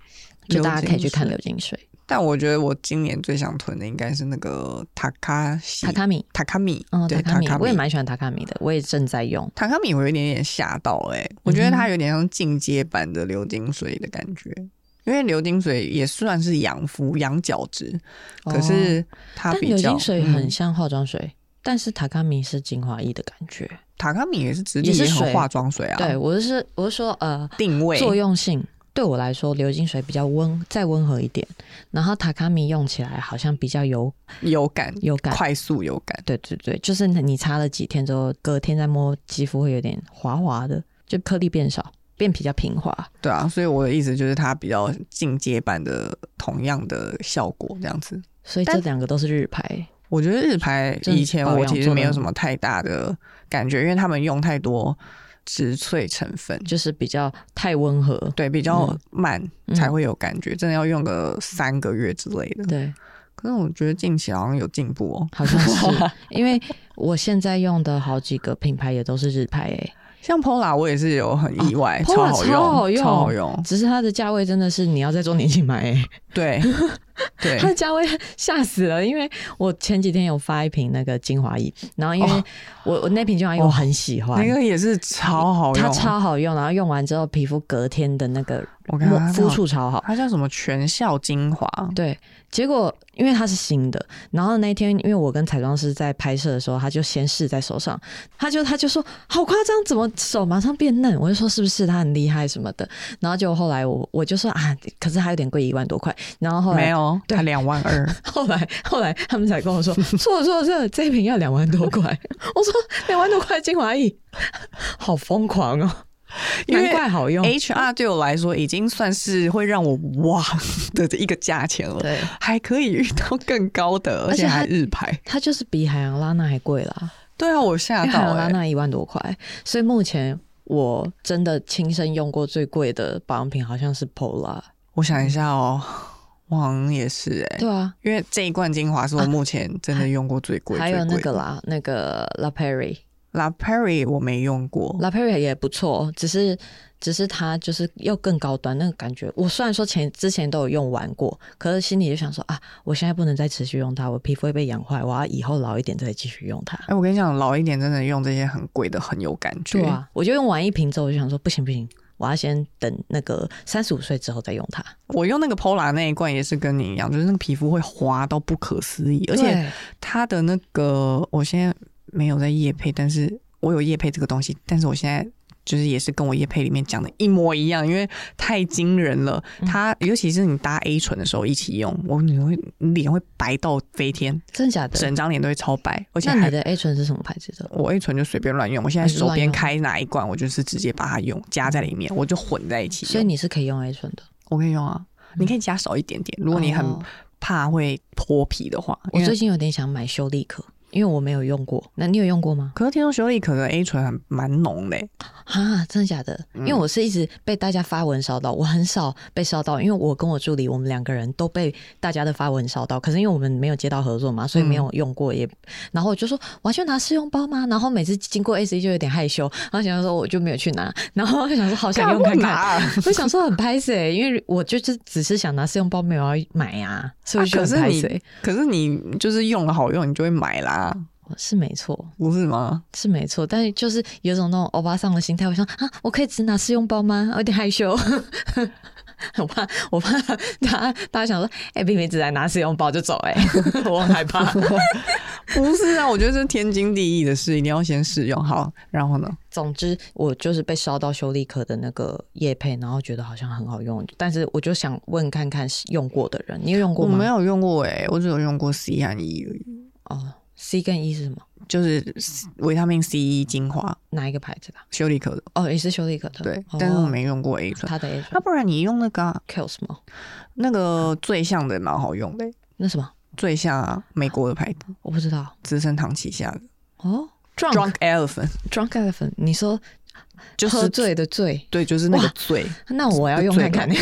Speaker 2: 就大家可以去看流金水。
Speaker 3: 但我觉得我今年最想囤的应该是那个塔卡西
Speaker 2: 塔卡米，
Speaker 3: 塔卡米
Speaker 2: 嗯，，
Speaker 3: 对
Speaker 2: 塔卡米
Speaker 3: 塔，
Speaker 2: 我也蛮喜欢塔卡米的，我也正在用。
Speaker 3: 塔卡米，我有一点点吓到哎、
Speaker 2: 嗯
Speaker 3: 我觉得它有点像进阶版的流金水的感觉。因为流金水也算是养肤养角质，嗯可是它
Speaker 2: 哦但
Speaker 3: 比
Speaker 2: 流
Speaker 3: 较
Speaker 2: 金水很
Speaker 3: 嗯
Speaker 2: 像化妆水，但是塔卡米是精华液的感觉。
Speaker 3: 塔卡米也是直接
Speaker 2: 也是
Speaker 3: 很
Speaker 2: 水
Speaker 3: 化妆水啊，
Speaker 2: 对，我是我是说呃，
Speaker 3: 定位
Speaker 2: 作用性对我来说，流金水比较温，再温和一点。然后塔卡米用起来好像比较有
Speaker 3: 有感，
Speaker 2: 有感。
Speaker 3: 快速有感，
Speaker 2: 对对对，就是你擦了几天之后，隔天再摸肌肤会有点滑滑的，就颗粒变少，变比较平滑。
Speaker 3: 对啊，所以我的意思就是它比较进阶版的同样的效果这样子。
Speaker 2: 所以这
Speaker 3: 但
Speaker 2: 两个都是日牌，
Speaker 3: 我觉得日牌
Speaker 2: 真的
Speaker 3: 以前
Speaker 2: 保
Speaker 3: 我
Speaker 2: 养
Speaker 3: 其实
Speaker 2: 做得
Speaker 3: 没有
Speaker 2: 很
Speaker 3: 什么太大的感觉，因为他们用太多植萃成分，
Speaker 2: 就是比较太温和。
Speaker 3: 对，比较
Speaker 2: 嗯
Speaker 3: 慢
Speaker 2: 嗯
Speaker 3: 才会有感觉，真的要用个三个月之类的。
Speaker 2: 对，
Speaker 3: 可是我觉得近期好像有进步哦，
Speaker 2: 好像是， 因为我现在用的好几个品牌也都是日欸牌诶、
Speaker 3: 像 Pola 我也是有很意外，
Speaker 2: 哦，Pola
Speaker 3: 好
Speaker 2: 超好
Speaker 3: 用，
Speaker 2: 用
Speaker 3: 超 好用，
Speaker 2: 只是它的价位真的是你要在周年庆买、欸，
Speaker 3: 对对
Speaker 2: 它，的价位吓死了。因为我前几天有发一瓶那个精华液，然后因为
Speaker 3: 哦
Speaker 2: 我、我那瓶精华液我很喜欢，
Speaker 3: 那个也是超好
Speaker 2: 它
Speaker 3: 用，
Speaker 2: 超好用，然后用完之后皮肤隔天的那个
Speaker 3: 我看它
Speaker 2: 肤触超好。
Speaker 3: 它叫什么全效精华，
Speaker 2: 对，结果因为它是新的，然后那天因为我跟彩妆师在拍摄的时候，他就先试在手上，他就他就说好夸张，怎么手马上变嫩？我就说是不是他很厉害什么的？然后就后来我我就说啊，可是还有点贵，一万多块。然后后
Speaker 3: 没
Speaker 2: 来
Speaker 3: 有，
Speaker 2: 对
Speaker 3: 它两万 二，
Speaker 2: 后来后来他们才跟我说，错了错了错了，这一瓶要两万多块。我说两万多块精华液，好疯狂哦，
Speaker 3: 因为
Speaker 2: 难怪好用。
Speaker 3: HR 对我来说已经算是会让我哇的一个价钱了，
Speaker 2: 对，
Speaker 3: 还可以遇到更高的，而
Speaker 2: 而且
Speaker 3: 且还
Speaker 2: 它
Speaker 3: 日牌。
Speaker 2: 它就是比海洋拉娜还贵啦。
Speaker 3: 对啊，我吓
Speaker 2: 因为海
Speaker 3: 到
Speaker 2: 洋拉
Speaker 3: 哎、欸，
Speaker 2: 那一万多块，所以目前我真的亲身用过最贵的保养品好像是 Pola。
Speaker 3: 我想一下哦，我好像也是哎、
Speaker 2: 对啊，
Speaker 3: 因为这一罐精华是我目前真的用过最 贵、
Speaker 2: 还
Speaker 3: 最
Speaker 2: 有那
Speaker 3: 贵
Speaker 2: 个
Speaker 3: 的。
Speaker 2: 啦，那个 La Prairie，La
Speaker 3: La Prairie 我没用过，
Speaker 2: Prairie 也不错，只是只是它就是又更高端，那个感觉。我虽然说前之前都有用完过，可是心里就想说啊，我现在不能再持续用它，我皮肤会被养坏，我要以后老一点再继续用它。
Speaker 3: 哎、我跟你讲，老一点真的用这些很贵的很有感觉。
Speaker 2: 对啊，我就用完一瓶之后，我就想说不行不行，我要先等那个三十五岁之后再用它。
Speaker 3: 我用那个 Pola 那一罐也是跟你一样，就是那个皮肤会滑到不可思议，而且
Speaker 2: 对
Speaker 3: 它的那个，我现在没有在夜配，但是我有夜配这个东西，但是我现在就是也是跟我夜配里面讲的一模一样，因为太惊人了。
Speaker 2: 嗯
Speaker 3: 它尤其是你搭 A 醇的时候一起用，我你会你脸会白到飞天，
Speaker 2: 真的假的？
Speaker 3: 整张脸都会超白，而且
Speaker 2: 那你
Speaker 3: 还。
Speaker 2: 的 A 醇是什么牌子的？
Speaker 3: 我 A 醇就随便乱用，我现在
Speaker 2: 还是
Speaker 3: 手
Speaker 2: 乱
Speaker 3: 边
Speaker 2: 用
Speaker 3: 开哪一罐，我就是直接把它用加在里面，我就混在一起用。
Speaker 2: 所以你是可以用 A 醇的。
Speaker 3: 我可以用啊，你可以加少一点点，如果你很
Speaker 2: 哦
Speaker 3: 怕会脱皮的话。
Speaker 2: 我
Speaker 3: 因为
Speaker 2: 最近有点想买修丽可，因为我没有用过。那你有用过吗？
Speaker 3: 可是听说修丽可的 A 醇还蛮浓欸嘞、
Speaker 2: 啊，真的假的？
Speaker 3: 嗯
Speaker 2: 因为我是一直被大家发文烧到，我很少被烧到，因为我跟我助理我们两个人都被大家的发文烧到。可是因为我们没有接到合作嘛，所以没有用过也。
Speaker 3: 嗯
Speaker 2: 然后我就说我要去拿试用包吗？然后每次经过 A C 就有点害羞，然后想说我就没有去拿，然后就想说好想用看看。
Speaker 3: 干嘛
Speaker 2: 我想说很拍谁、因为我就是只是想拿试用包，没有要买啊，所以我就
Speaker 3: 啊可
Speaker 2: 很
Speaker 3: 是
Speaker 2: 拍
Speaker 3: 你
Speaker 2: 谁、
Speaker 3: 可是你就是用了好用，你就会买啦，
Speaker 2: 是没错，
Speaker 3: 不是吗？
Speaker 2: 是没错，但是就是有种那种欧巴桑的心态，我想啊，我可以只拿试用包吗？我有点害羞， 我怕我怕大家大家想说，哎、冰冰只来拿试用包就走、哎， 我很害怕。
Speaker 3: 不是 啊，我觉得这是天经地义的事，一定要先试用好。然后呢，
Speaker 2: 总之，我就是被烧到修丽可的那个叶配，然后觉得好像很好用，但是我就想问看看用过的人，你有用过
Speaker 3: 我没
Speaker 2: 吗？
Speaker 3: 有用过诶、我只有用过 C 和 E 而已，
Speaker 2: 哦，C 跟 E 是什么？
Speaker 3: 就是维他命 C E 精华，
Speaker 2: 哪一个牌子的啊？
Speaker 3: 修丽可的，
Speaker 2: 哦，也是修丽可的，
Speaker 3: 对，
Speaker 2: 哦
Speaker 3: 但是我没用过 A 醇。
Speaker 2: 它的 A 醇
Speaker 3: 那不然你用那个、啊、
Speaker 2: Kills 吗？
Speaker 3: 那个最像的蛮好用的、
Speaker 2: 那什么？
Speaker 3: 最像啊，美国的牌子，
Speaker 2: 我不知道
Speaker 3: 资生堂旗下的
Speaker 2: 哦。Drunk
Speaker 3: Drunk Elephant，
Speaker 2: Drunk Elephant，你说
Speaker 3: 就是
Speaker 2: 喝醉的醉，
Speaker 3: 对，就是那个
Speaker 2: 哇
Speaker 3: 醉。
Speaker 2: 那我要用看看。 哦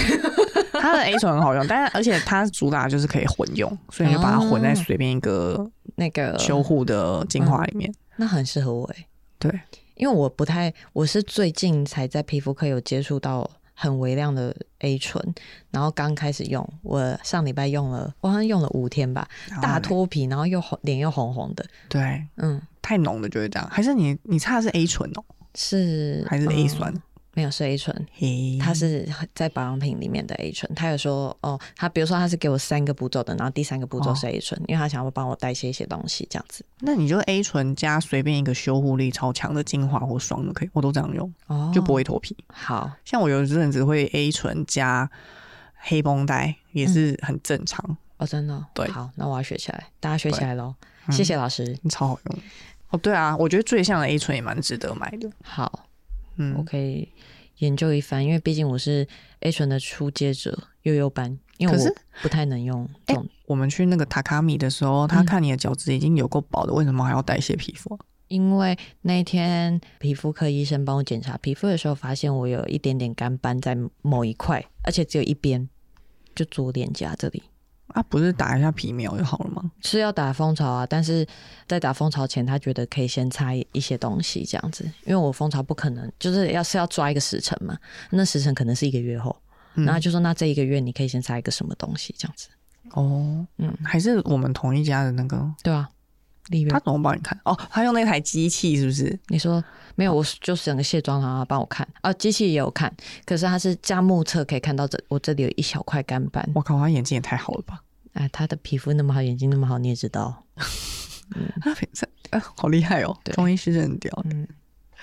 Speaker 3: 它的 A 醇很好用，但是而且它主打就是可以混用，所以你就把它混在随便一个
Speaker 2: 那个
Speaker 3: 修护的精华里面。
Speaker 2: 那很适合我哎、
Speaker 3: 对，
Speaker 2: 因为我不太，我是最近才在皮肤科有接触到很微量的 A 醇，然后刚开始用，我上礼拜用了，我好像用了五天吧，
Speaker 3: 然后
Speaker 2: 大
Speaker 3: 嘞
Speaker 2: 脱皮，然后又红，脸又红红的，
Speaker 3: 对，
Speaker 2: 嗯，
Speaker 3: 太浓的就会这样。还是你你擦的是 A 醇哦，
Speaker 2: 是
Speaker 3: 还是 A 嗯酸
Speaker 2: 嗯？没有是 A 醇，
Speaker 3: 嘿，
Speaker 2: 它是在保养品里面的 A 醇，他有说哦，他比如说他是给我三个步骤的，然后第三个步
Speaker 3: 哦
Speaker 2: 骤是 A 醇，因为他想要帮我代谢一些东西，这样子。
Speaker 3: 那你就 A 醇加随便一个修护力超强的精华或霜都可以，我都这样用，
Speaker 2: 哦，
Speaker 3: 就不会脱皮。
Speaker 2: 好，
Speaker 3: 像我有一阵子会 A 醇加黑绷带，也
Speaker 2: 嗯
Speaker 3: 是很正常，
Speaker 2: 哦，真的哦，
Speaker 3: 对
Speaker 2: 好，那我要学起来，大家学起来喽，
Speaker 3: 嗯
Speaker 2: 谢谢老师。
Speaker 3: 超好用。哦，对啊，我觉得最像的 A 醇也蛮值得买
Speaker 2: 哦
Speaker 3: 的。
Speaker 2: 好，我
Speaker 3: 嗯，
Speaker 2: 可以研究一番，因为毕竟我是 A 醇的初阶者幼幼班，因为
Speaker 3: 可是
Speaker 2: 我不太能用这种，
Speaker 3: 我们去那个塔卡米的时候，他
Speaker 2: 嗯
Speaker 3: 看你的角质已经有够薄的，为什么还要代谢皮肤啊？
Speaker 2: 因为那一天皮肤科医生帮我检查皮肤的时候，发现我有一点点干斑在某一块，而且只有一边，就左脸颊这里。
Speaker 3: 啊，不是打一下皮秒就好了吗？
Speaker 2: 是要打蜂巢啊，但是在打蜂巢前，他觉得可以先擦一些东西这样子，因为我蜂巢不可能就是要是要抓一个时辰嘛，那时辰可能是一个月后，
Speaker 3: 嗯
Speaker 2: 然后他就说那这一个月你可以先擦一个什么东西这样子，
Speaker 3: 哦，
Speaker 2: 嗯
Speaker 3: 嗯，还是我们同一家的那个，
Speaker 2: 对啊，丽媛
Speaker 3: 他怎么帮你看？哦，他用那台机器是不是？
Speaker 2: 你说没有，我是就是整个卸妆，然后他帮我看啊，机器也有看，可是它是加目测可以看到这我这里有一小块干斑。
Speaker 3: 我靠，他眼睛也太好了吧！
Speaker 2: 哎，他的皮肤那么好，眼睛那么好，你也知道。
Speaker 3: 他平时哎，好厉害哦！
Speaker 2: 嗯对
Speaker 3: 中医师真的很屌，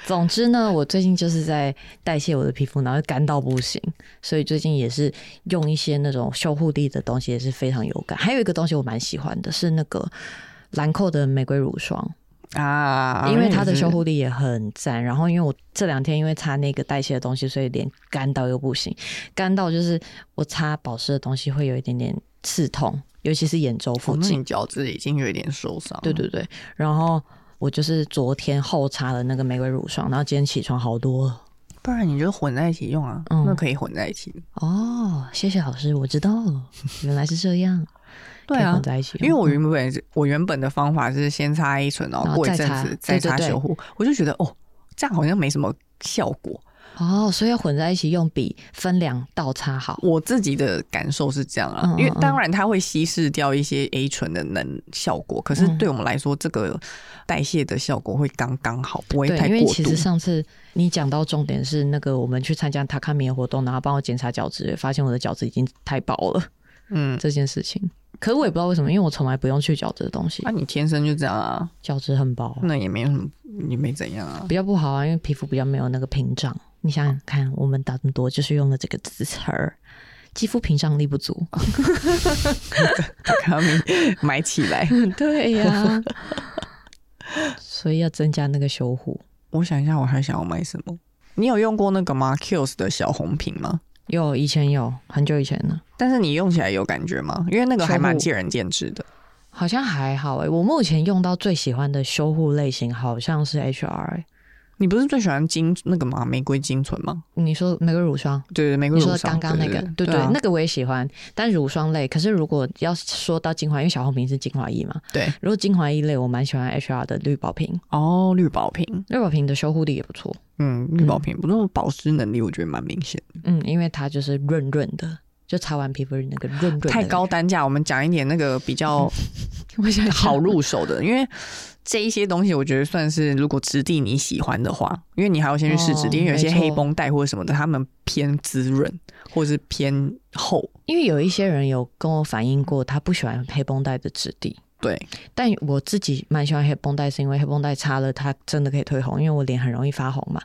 Speaker 2: 总之呢，我最近就是在代谢我的皮肤，然后干到不行，所以最近也是用一些那种修护力的东西，也是非常有感。还有一个东西我蛮喜欢的是那个兰蔻的玫瑰乳霜，
Speaker 3: 啊，
Speaker 2: 因为它的修
Speaker 3: 护
Speaker 2: 护力也很赞。然后因为我这两天因为擦那个代谢的东西，所以脸干到又不行，干到就是我擦保湿的东西会有一点点刺痛，尤其是眼周附
Speaker 3: 哦，那
Speaker 2: 近。
Speaker 3: 你角质已经有一点受伤，
Speaker 2: 对，对对，然后我就是昨天后擦了那个玫瑰乳霜，然后今天起床好多了。
Speaker 3: 不然你就混在一起用啊，
Speaker 2: 嗯
Speaker 3: 那可以混在一起。
Speaker 2: 哦，谢谢老师，我知道了，原来是这 样。
Speaker 3: 对
Speaker 2: 可以
Speaker 3: 啊
Speaker 2: 混，在一起用，
Speaker 3: 因为我原本是我原本的方法是先擦 A 醇，然
Speaker 2: 嗯然后
Speaker 3: 后过一
Speaker 2: 再
Speaker 3: 阵
Speaker 2: 擦
Speaker 3: 子再
Speaker 2: 对
Speaker 3: 擦
Speaker 2: 对对
Speaker 3: 修护，我就觉得哦，这样好像没什么效果。
Speaker 2: 哦，所以要混在一起用笔分两道擦好。
Speaker 3: 我自己的感受是这样啊，
Speaker 2: 嗯嗯
Speaker 3: 因为
Speaker 2: 嗯
Speaker 3: 当然它会稀释掉一些 A 醇的能效果，可是
Speaker 2: 嗯
Speaker 3: 对我们来说，这个代谢的效果会刚刚好，不会
Speaker 2: 对，
Speaker 3: 太
Speaker 2: 因为
Speaker 3: 过
Speaker 2: 其
Speaker 3: 度
Speaker 2: 实。上次你讲到重点是那个我们去参加塔卡米的活动，然后帮我检查角质，发现我的角质已经太薄了
Speaker 3: 嗯，
Speaker 2: 这件事情。可是我也不知道为什么，因为我从来不用去角质的东西
Speaker 3: 那、，你天生就这样啊，
Speaker 2: 角质很薄，
Speaker 3: 那也没有什么，也没怎样啊。
Speaker 2: 比较不好啊，因为皮肤比较没有那个屏障。你想
Speaker 3: 哦
Speaker 2: 想看，我们打这么多，就是用了这个词儿，肌肤屏障力不足。
Speaker 3: 卡米买起来，
Speaker 2: 对呀、 所以要增加那个修护。
Speaker 3: 我想一下，我还想要买什么？你有用过那个吗？Kills 的小红瓶吗？
Speaker 2: 有以前有很久以前了，
Speaker 3: 但是你用起来有感觉吗？因为那个还蛮见仁见智的。
Speaker 2: 好像还好诶、我目前用到最喜欢的修护类型好像是 HR、欸。
Speaker 3: 你不是最喜欢精那个吗？玫瑰精纯吗？
Speaker 2: 你说玫瑰乳霜，
Speaker 3: 对对，玫瑰
Speaker 2: 你
Speaker 3: 乳
Speaker 2: 说
Speaker 3: 霜。
Speaker 2: 刚刚那个，对
Speaker 3: 对对啊
Speaker 2: 那个我也喜欢，但乳霜类。可是如果要说到精华，因为小红瓶是精华液嘛，
Speaker 3: 对
Speaker 2: 如果精华液类，我蛮喜欢 HR 的绿宝瓶，
Speaker 3: 哦，绿宝瓶。
Speaker 2: 绿宝瓶的修护力也不错。
Speaker 3: 嗯，绿宝瓶不过保湿能力我觉得蛮明显
Speaker 2: 嗯，因为它就是润润的，就擦完皮肤那个润润的
Speaker 3: 的，太高单价，我们讲一点那个比较
Speaker 2: 我想
Speaker 3: 好入手 的，因为这一些东西我觉得算是如果质地你喜欢的话，因为你还要先去试质地，
Speaker 2: 哦
Speaker 3: 因为有些
Speaker 2: 没错
Speaker 3: 黑绷带或者什么的，它们偏滋润或者是偏厚，
Speaker 2: 因为有一些人有跟我反映过，他不喜欢黑绷带的质地，
Speaker 3: 对，
Speaker 2: 但我自己蛮喜欢黑绷带，是因为黑绷带擦了它真的可以退红，因为我脸很容易发红嘛，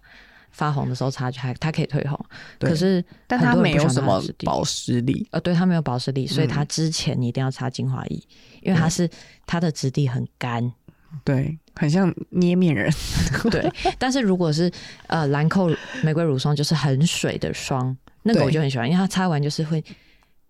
Speaker 2: 发红的时候擦就还它可以退红，
Speaker 3: 对
Speaker 2: 可是
Speaker 3: 但它
Speaker 2: 很多
Speaker 3: 没
Speaker 2: 人不
Speaker 3: 有
Speaker 2: 喜欢
Speaker 3: 什么
Speaker 2: 它的质地
Speaker 3: 保嗯湿力。
Speaker 2: 呃，对，它没有保湿力，所以它之前你一定要擦精华液，因为它是它的质地很干，
Speaker 3: 对，很像捏 面人。
Speaker 2: 对。但是如果是呃兰蔻玫瑰乳霜，就是很水的霜，那个
Speaker 3: 对
Speaker 2: 我就很喜欢，因为它擦完就是会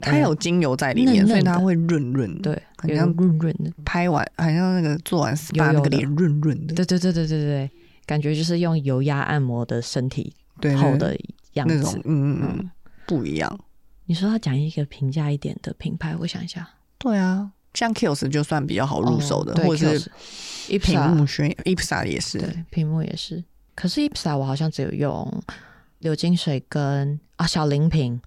Speaker 3: 它有精油在里面，
Speaker 2: 嫩嫩的
Speaker 3: 所以它会润润。，
Speaker 2: 对，
Speaker 3: 嗯很
Speaker 2: 有
Speaker 3: 像
Speaker 2: 润润的，
Speaker 3: 拍完好像那个做完 SPA
Speaker 2: 油
Speaker 3: 那
Speaker 2: 油
Speaker 3: 个
Speaker 2: 的
Speaker 3: 脸润润的，
Speaker 2: 对对对对对对，感觉就是用油压按摩的身体
Speaker 3: 对对
Speaker 2: 后
Speaker 3: 对
Speaker 2: 的样
Speaker 3: 那种
Speaker 2: 子，。
Speaker 3: 嗯嗯
Speaker 2: 嗯
Speaker 3: 嗯，不一样。
Speaker 2: 你说要讲一个平价一点的品牌，我想一下，
Speaker 3: 对啊，像 Kills 就算比较好入手的，
Speaker 2: 哦对
Speaker 3: 或者
Speaker 2: Kills
Speaker 3: 是
Speaker 2: 一
Speaker 3: 屏幕宣 IPSA 也是，
Speaker 2: 对，屏幕也是。可是 IPSA 我好像只有用流金水跟啊小林瓶，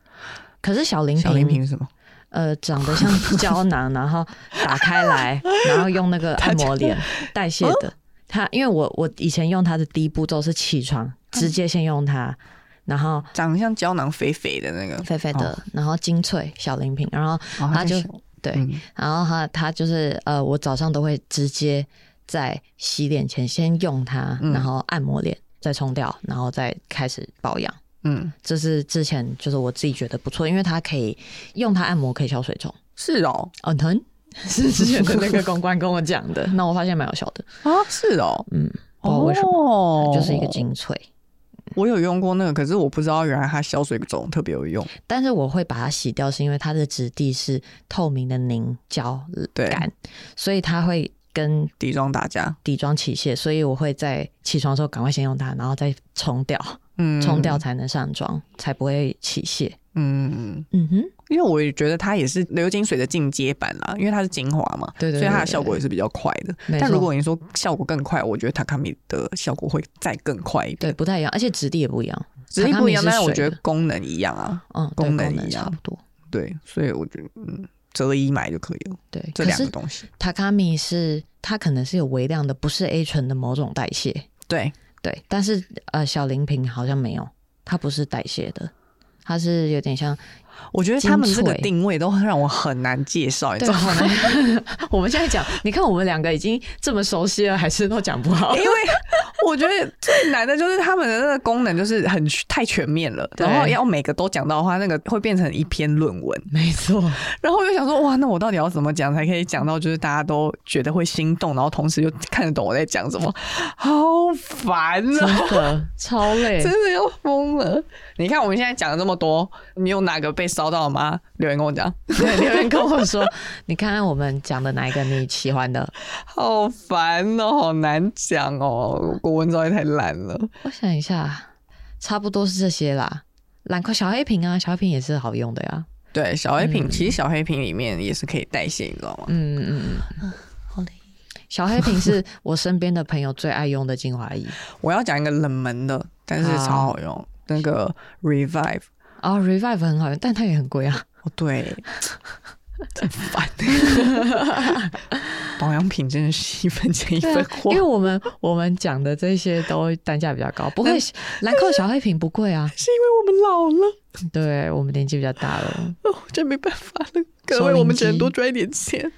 Speaker 2: 可是小林
Speaker 3: 小林
Speaker 2: 瓶
Speaker 3: 屏是什么？
Speaker 2: 呃长得像胶囊，然后打开 来，然后用那个按摩脸代谢
Speaker 3: 哦
Speaker 2: 的。它因为我我以前用它的第一步骤是起床，直接先用它，然后
Speaker 3: 长得像胶囊肥肥的那个，
Speaker 2: 肥肥的，然后精粹小林瓶，然后
Speaker 3: 哦
Speaker 2: 它就
Speaker 3: 在小
Speaker 2: 对
Speaker 3: 嗯
Speaker 2: 然后它它就是呃我早上都会直接在洗脸前先用它，
Speaker 3: 嗯
Speaker 2: 然后按摩脸，再冲掉，然后再开始保养。
Speaker 3: 嗯，
Speaker 2: 这是之前就是我自己觉得不错，因为它可以用它按摩可以消水肿。
Speaker 3: 是哦
Speaker 2: 哦，疼， 是之前的那个公关跟我讲 的。那我发现蛮有效的，
Speaker 3: 啊是哦，
Speaker 2: 嗯，不知道为什么，
Speaker 3: 么
Speaker 2: 就是一个精粹。
Speaker 3: 我有用过那个，可是我不知道原来它消水肿特别有用。
Speaker 2: 但是我会把它洗掉，是因为它的质地是透明的凝胶
Speaker 3: 对
Speaker 2: 感，所以它会跟
Speaker 3: 底妆打架，
Speaker 2: 底妆起屑，所以我会在起床的时候赶快先用它，然后再冲掉，
Speaker 3: 嗯，
Speaker 2: 冲掉，才能上妆，才不会起屑。
Speaker 3: 嗯，
Speaker 2: 嗯哼，
Speaker 3: 因为我也觉得它也是流金水的进阶版啦，因为它是精华嘛，
Speaker 2: 对对对
Speaker 3: 所以它的效果也是比较快的。
Speaker 2: 没
Speaker 3: 但
Speaker 2: 错
Speaker 3: 如果你说效果更快，我觉得塔卡米的效果会再更快一点，
Speaker 2: 对，不太一样，而且质地也不一样。
Speaker 3: 只是不一样，
Speaker 2: 塔
Speaker 3: 但
Speaker 2: 卡米是
Speaker 3: 是我
Speaker 2: 水
Speaker 3: 觉
Speaker 2: 的
Speaker 3: 得功能一样啊，
Speaker 2: 嗯，对
Speaker 3: 功能
Speaker 2: 能
Speaker 3: 一样
Speaker 2: 差不多。
Speaker 3: 对，所以我觉得嗯，择一买就可以了，
Speaker 2: 对，
Speaker 3: 这
Speaker 2: 可
Speaker 3: 两个
Speaker 2: 是
Speaker 3: 东西，
Speaker 2: 塔卡米是它可能是有微量的，不是 A 醇的某种代谢。
Speaker 3: 对，
Speaker 2: 对，但是呃，小林瓶好像没有，它不是代谢的，它是有点像
Speaker 3: 我觉得他们这个
Speaker 2: 精粹
Speaker 3: 定位都让我很难介绍，你知
Speaker 2: 对，
Speaker 3: 道吗？
Speaker 2: 好难。 我们现在讲，你看我们两个已经这么熟悉了，还是都讲不好
Speaker 3: 因。为我觉得最难的就是他们的那个功能就是很太全面了，
Speaker 2: 对
Speaker 3: 然后要每个都讲到的话，那个会变成一篇论文。
Speaker 2: 没错，
Speaker 3: 然后我就想说，哇，那我到底要怎么讲才可以讲到就是大家都觉得会心动，然后同时又看得懂我在讲什么？好烦啊！
Speaker 2: 真的超累
Speaker 3: 真。的要疯了！你看我们现在讲了这么多，你有哪个被烧到吗？留言跟我讲，
Speaker 2: 对，留言跟我说，你看看我们讲的哪一个你喜欢的？
Speaker 3: 好烦哦，好难讲哦，国文造诣太烂了。
Speaker 2: 我想一下，差不多是这些啦。兰蔻小黑瓶啊，小黑瓶也是好用的呀。
Speaker 3: 对，小黑瓶、其实小黑瓶里面也是可以代谢，你知道吗？
Speaker 2: 嗯嗯嗯，
Speaker 1: 好累。
Speaker 2: 小黑瓶是我身边的朋友最爱用的精华液。
Speaker 3: 我要讲一个冷门的，但是
Speaker 2: 好
Speaker 3: 超好用，那个 Revive。
Speaker 2: 哦、r e v i v e 很好用，但它也很贵啊。
Speaker 3: 哦，对， 真烦。 保养品真的是一分钱一
Speaker 2: 对
Speaker 3: 分
Speaker 2: 啊，
Speaker 3: 货
Speaker 2: 因为。我们我们讲的这些都单价比较高，不会兰蔻小黑瓶不贵啊。
Speaker 3: 是因为我们老了，
Speaker 2: 对我们年纪比较大了，
Speaker 3: 哦，真没办法了。各
Speaker 2: 收
Speaker 3: 位，
Speaker 2: 音
Speaker 3: 我们只能
Speaker 2: 机
Speaker 3: 多赚一点钱，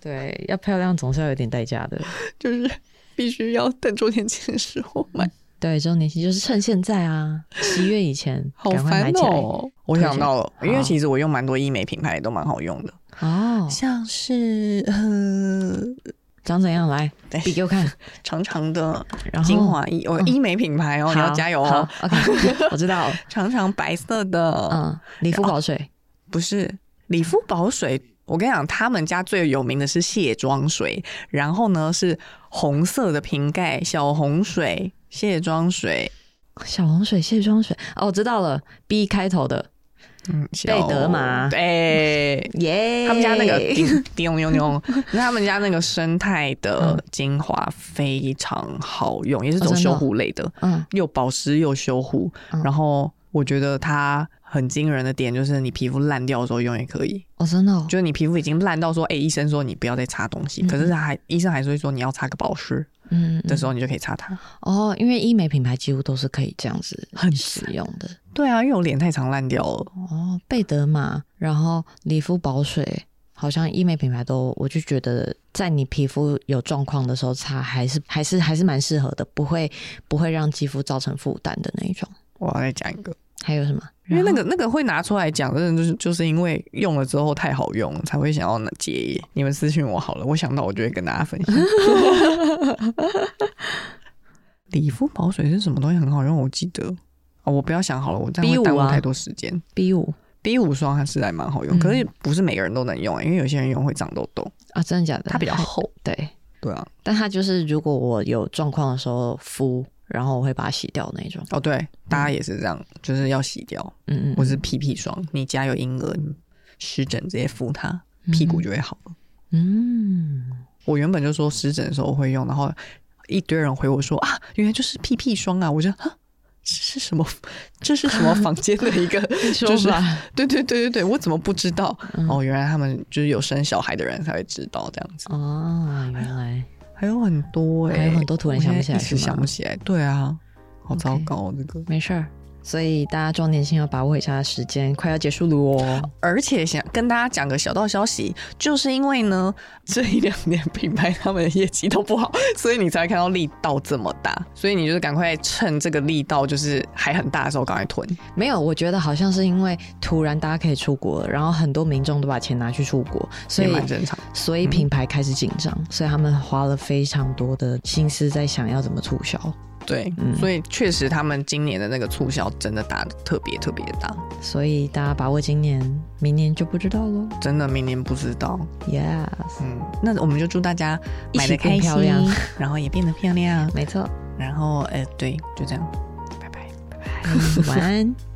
Speaker 2: 对，要漂亮总是要有点代价的。
Speaker 3: 就是必须要等周年庆的时候
Speaker 2: 嗯
Speaker 3: 买。
Speaker 2: 对，这种年轻就是趁现在 啊，十月以前
Speaker 3: 好
Speaker 2: 赶快
Speaker 3: 烦
Speaker 2: 买起来。
Speaker 3: 哦！我想到了，
Speaker 2: 推荐
Speaker 3: 因为
Speaker 2: 好
Speaker 3: 其实我用蛮多医美品牌都蛮好用的，
Speaker 2: 哦，
Speaker 3: 像是呃
Speaker 2: 长怎样 来
Speaker 3: 对
Speaker 2: 比给我看，
Speaker 3: 长长的
Speaker 2: 然后
Speaker 3: 精华液，哦，
Speaker 2: 嗯
Speaker 3: 医美品牌哦，你要
Speaker 2: 好
Speaker 3: 加油
Speaker 2: 好
Speaker 3: 哦！
Speaker 2: OK，我知道了。
Speaker 3: 长长白色的，
Speaker 2: 嗯，理肤宝水
Speaker 3: 不是理肤宝水，我跟你讲，他们家最有名的是卸妆水，然后呢是红色的瓶盖小红水、卸妆水，
Speaker 2: 小红水、卸妆水，哦，我知道了，B 开头的，
Speaker 3: 嗯，
Speaker 2: 贝德哎玛
Speaker 3: 对。
Speaker 2: 耶
Speaker 3: 他们家那个叮叮咚咚，他们家那个生态的精华非常好用，也是
Speaker 2: 嗯哦
Speaker 3: 走
Speaker 2: 真的
Speaker 3: 修护类的，
Speaker 2: 嗯，
Speaker 3: 又保湿又修护。
Speaker 2: 嗯
Speaker 3: 然后我觉得它很惊人的点就是，你皮肤烂掉的时候用也可以。
Speaker 2: 哦，真的哦，
Speaker 3: 就是你皮肤已经烂到说，哎、医生说你不要再擦东西，
Speaker 2: 嗯
Speaker 3: 可是他还医生还是会说你要擦个保湿，
Speaker 2: 嗯，
Speaker 3: 的时候你就可以擦它。
Speaker 2: 哦，因为医美品牌几乎都是可以这样子
Speaker 3: 很
Speaker 2: 使用的。
Speaker 3: 对啊，因为我脸太常烂掉了。
Speaker 2: 哦，贝德玛，然后理肤宝水，好像医美品牌都，我就觉得在你皮肤有状况的时候擦，还是还是还是蛮适合的，不会不会让肌肤造成负担的那一种。
Speaker 3: 我要再讲一个，
Speaker 2: 还有什么？
Speaker 3: 因为那
Speaker 2: 然后
Speaker 3: 个那个会拿出来讲，真的就是就是因为用了之后太好用，才会想要拿结业。你们私信我好了，我想到我就会跟大家分 享。理肤宝水是什么东西很好用？我记得哦，我不要想好了，我这样
Speaker 2: B 五
Speaker 3: 会
Speaker 2: 啊
Speaker 3: 耽误太多时间。
Speaker 2: B 五
Speaker 3: B 五霜它是还蛮好用，
Speaker 2: 嗯
Speaker 3: 可是不是每个人都能用、欸因为有些人用会长痘痘。
Speaker 2: 啊，真的假的？
Speaker 3: 它比较
Speaker 2: 还
Speaker 3: 厚，
Speaker 2: 对，
Speaker 3: 对啊，
Speaker 2: 但它就是如果我有状况的时候敷，然后我会把它洗掉那一种。
Speaker 3: 哦，对，大家也是这样，就是要洗掉，
Speaker 2: 嗯嗯嗯，
Speaker 3: 或是屁屁霜，你家有婴儿，你湿疹直接敷它，
Speaker 2: 嗯
Speaker 3: 屁股就会好了。
Speaker 2: 嗯嗯，
Speaker 3: 我原本就说湿疹的时候我会用，然后一堆人回我说啊，原来就是屁屁霜啊，我就啊。这是什么？这是什么房间的 一个
Speaker 2: 说
Speaker 3: 就是
Speaker 2: 吧
Speaker 3: 对对对对对，我怎么不知道？
Speaker 2: 嗯
Speaker 3: 哦，原来他们就是有生小孩的人才会知道这样子。
Speaker 2: 哦，原来
Speaker 3: 还有很多哎、
Speaker 2: 还有很多突然想不起来
Speaker 3: 我现在一时
Speaker 2: 是吗
Speaker 3: 想不起来。对啊，好
Speaker 2: OK
Speaker 3: 糟糕、哦、这个。
Speaker 2: 没事儿。所以大家周年庆要把握一下时间，快要结束了哦。
Speaker 3: 而且想跟大家讲个小道消息，就是因为呢 这一两年品牌他们的业绩都不好，所以你才会看到力道这么大。所以你就是赶快趁这个力道就是还很大的时候赶快囤。
Speaker 2: 没有，我觉得好像是因为突然大家可以出国了，然后很多民众都把钱拿去出国，所
Speaker 3: 也
Speaker 2: 以
Speaker 3: 蛮正嗯常。
Speaker 2: 所以品牌开始紧张，所以他们花了非常多的心思在想要怎么促销，
Speaker 3: 对，
Speaker 2: 嗯
Speaker 3: 所以确实他们今年的那个促销真的打的特别特别大，
Speaker 2: 所以大家把握今年，明年就不知道喽。
Speaker 3: 真的明年不知道。
Speaker 2: Yes，
Speaker 3: 嗯，那我们就祝大家
Speaker 2: 一
Speaker 3: 买
Speaker 2: 起
Speaker 3: 的
Speaker 2: 变
Speaker 3: 开
Speaker 2: 漂亮
Speaker 3: 心，然后也变得漂亮，
Speaker 2: 没错。
Speaker 3: 然后呃，对，就这样，拜拜。
Speaker 2: 嗯晚安。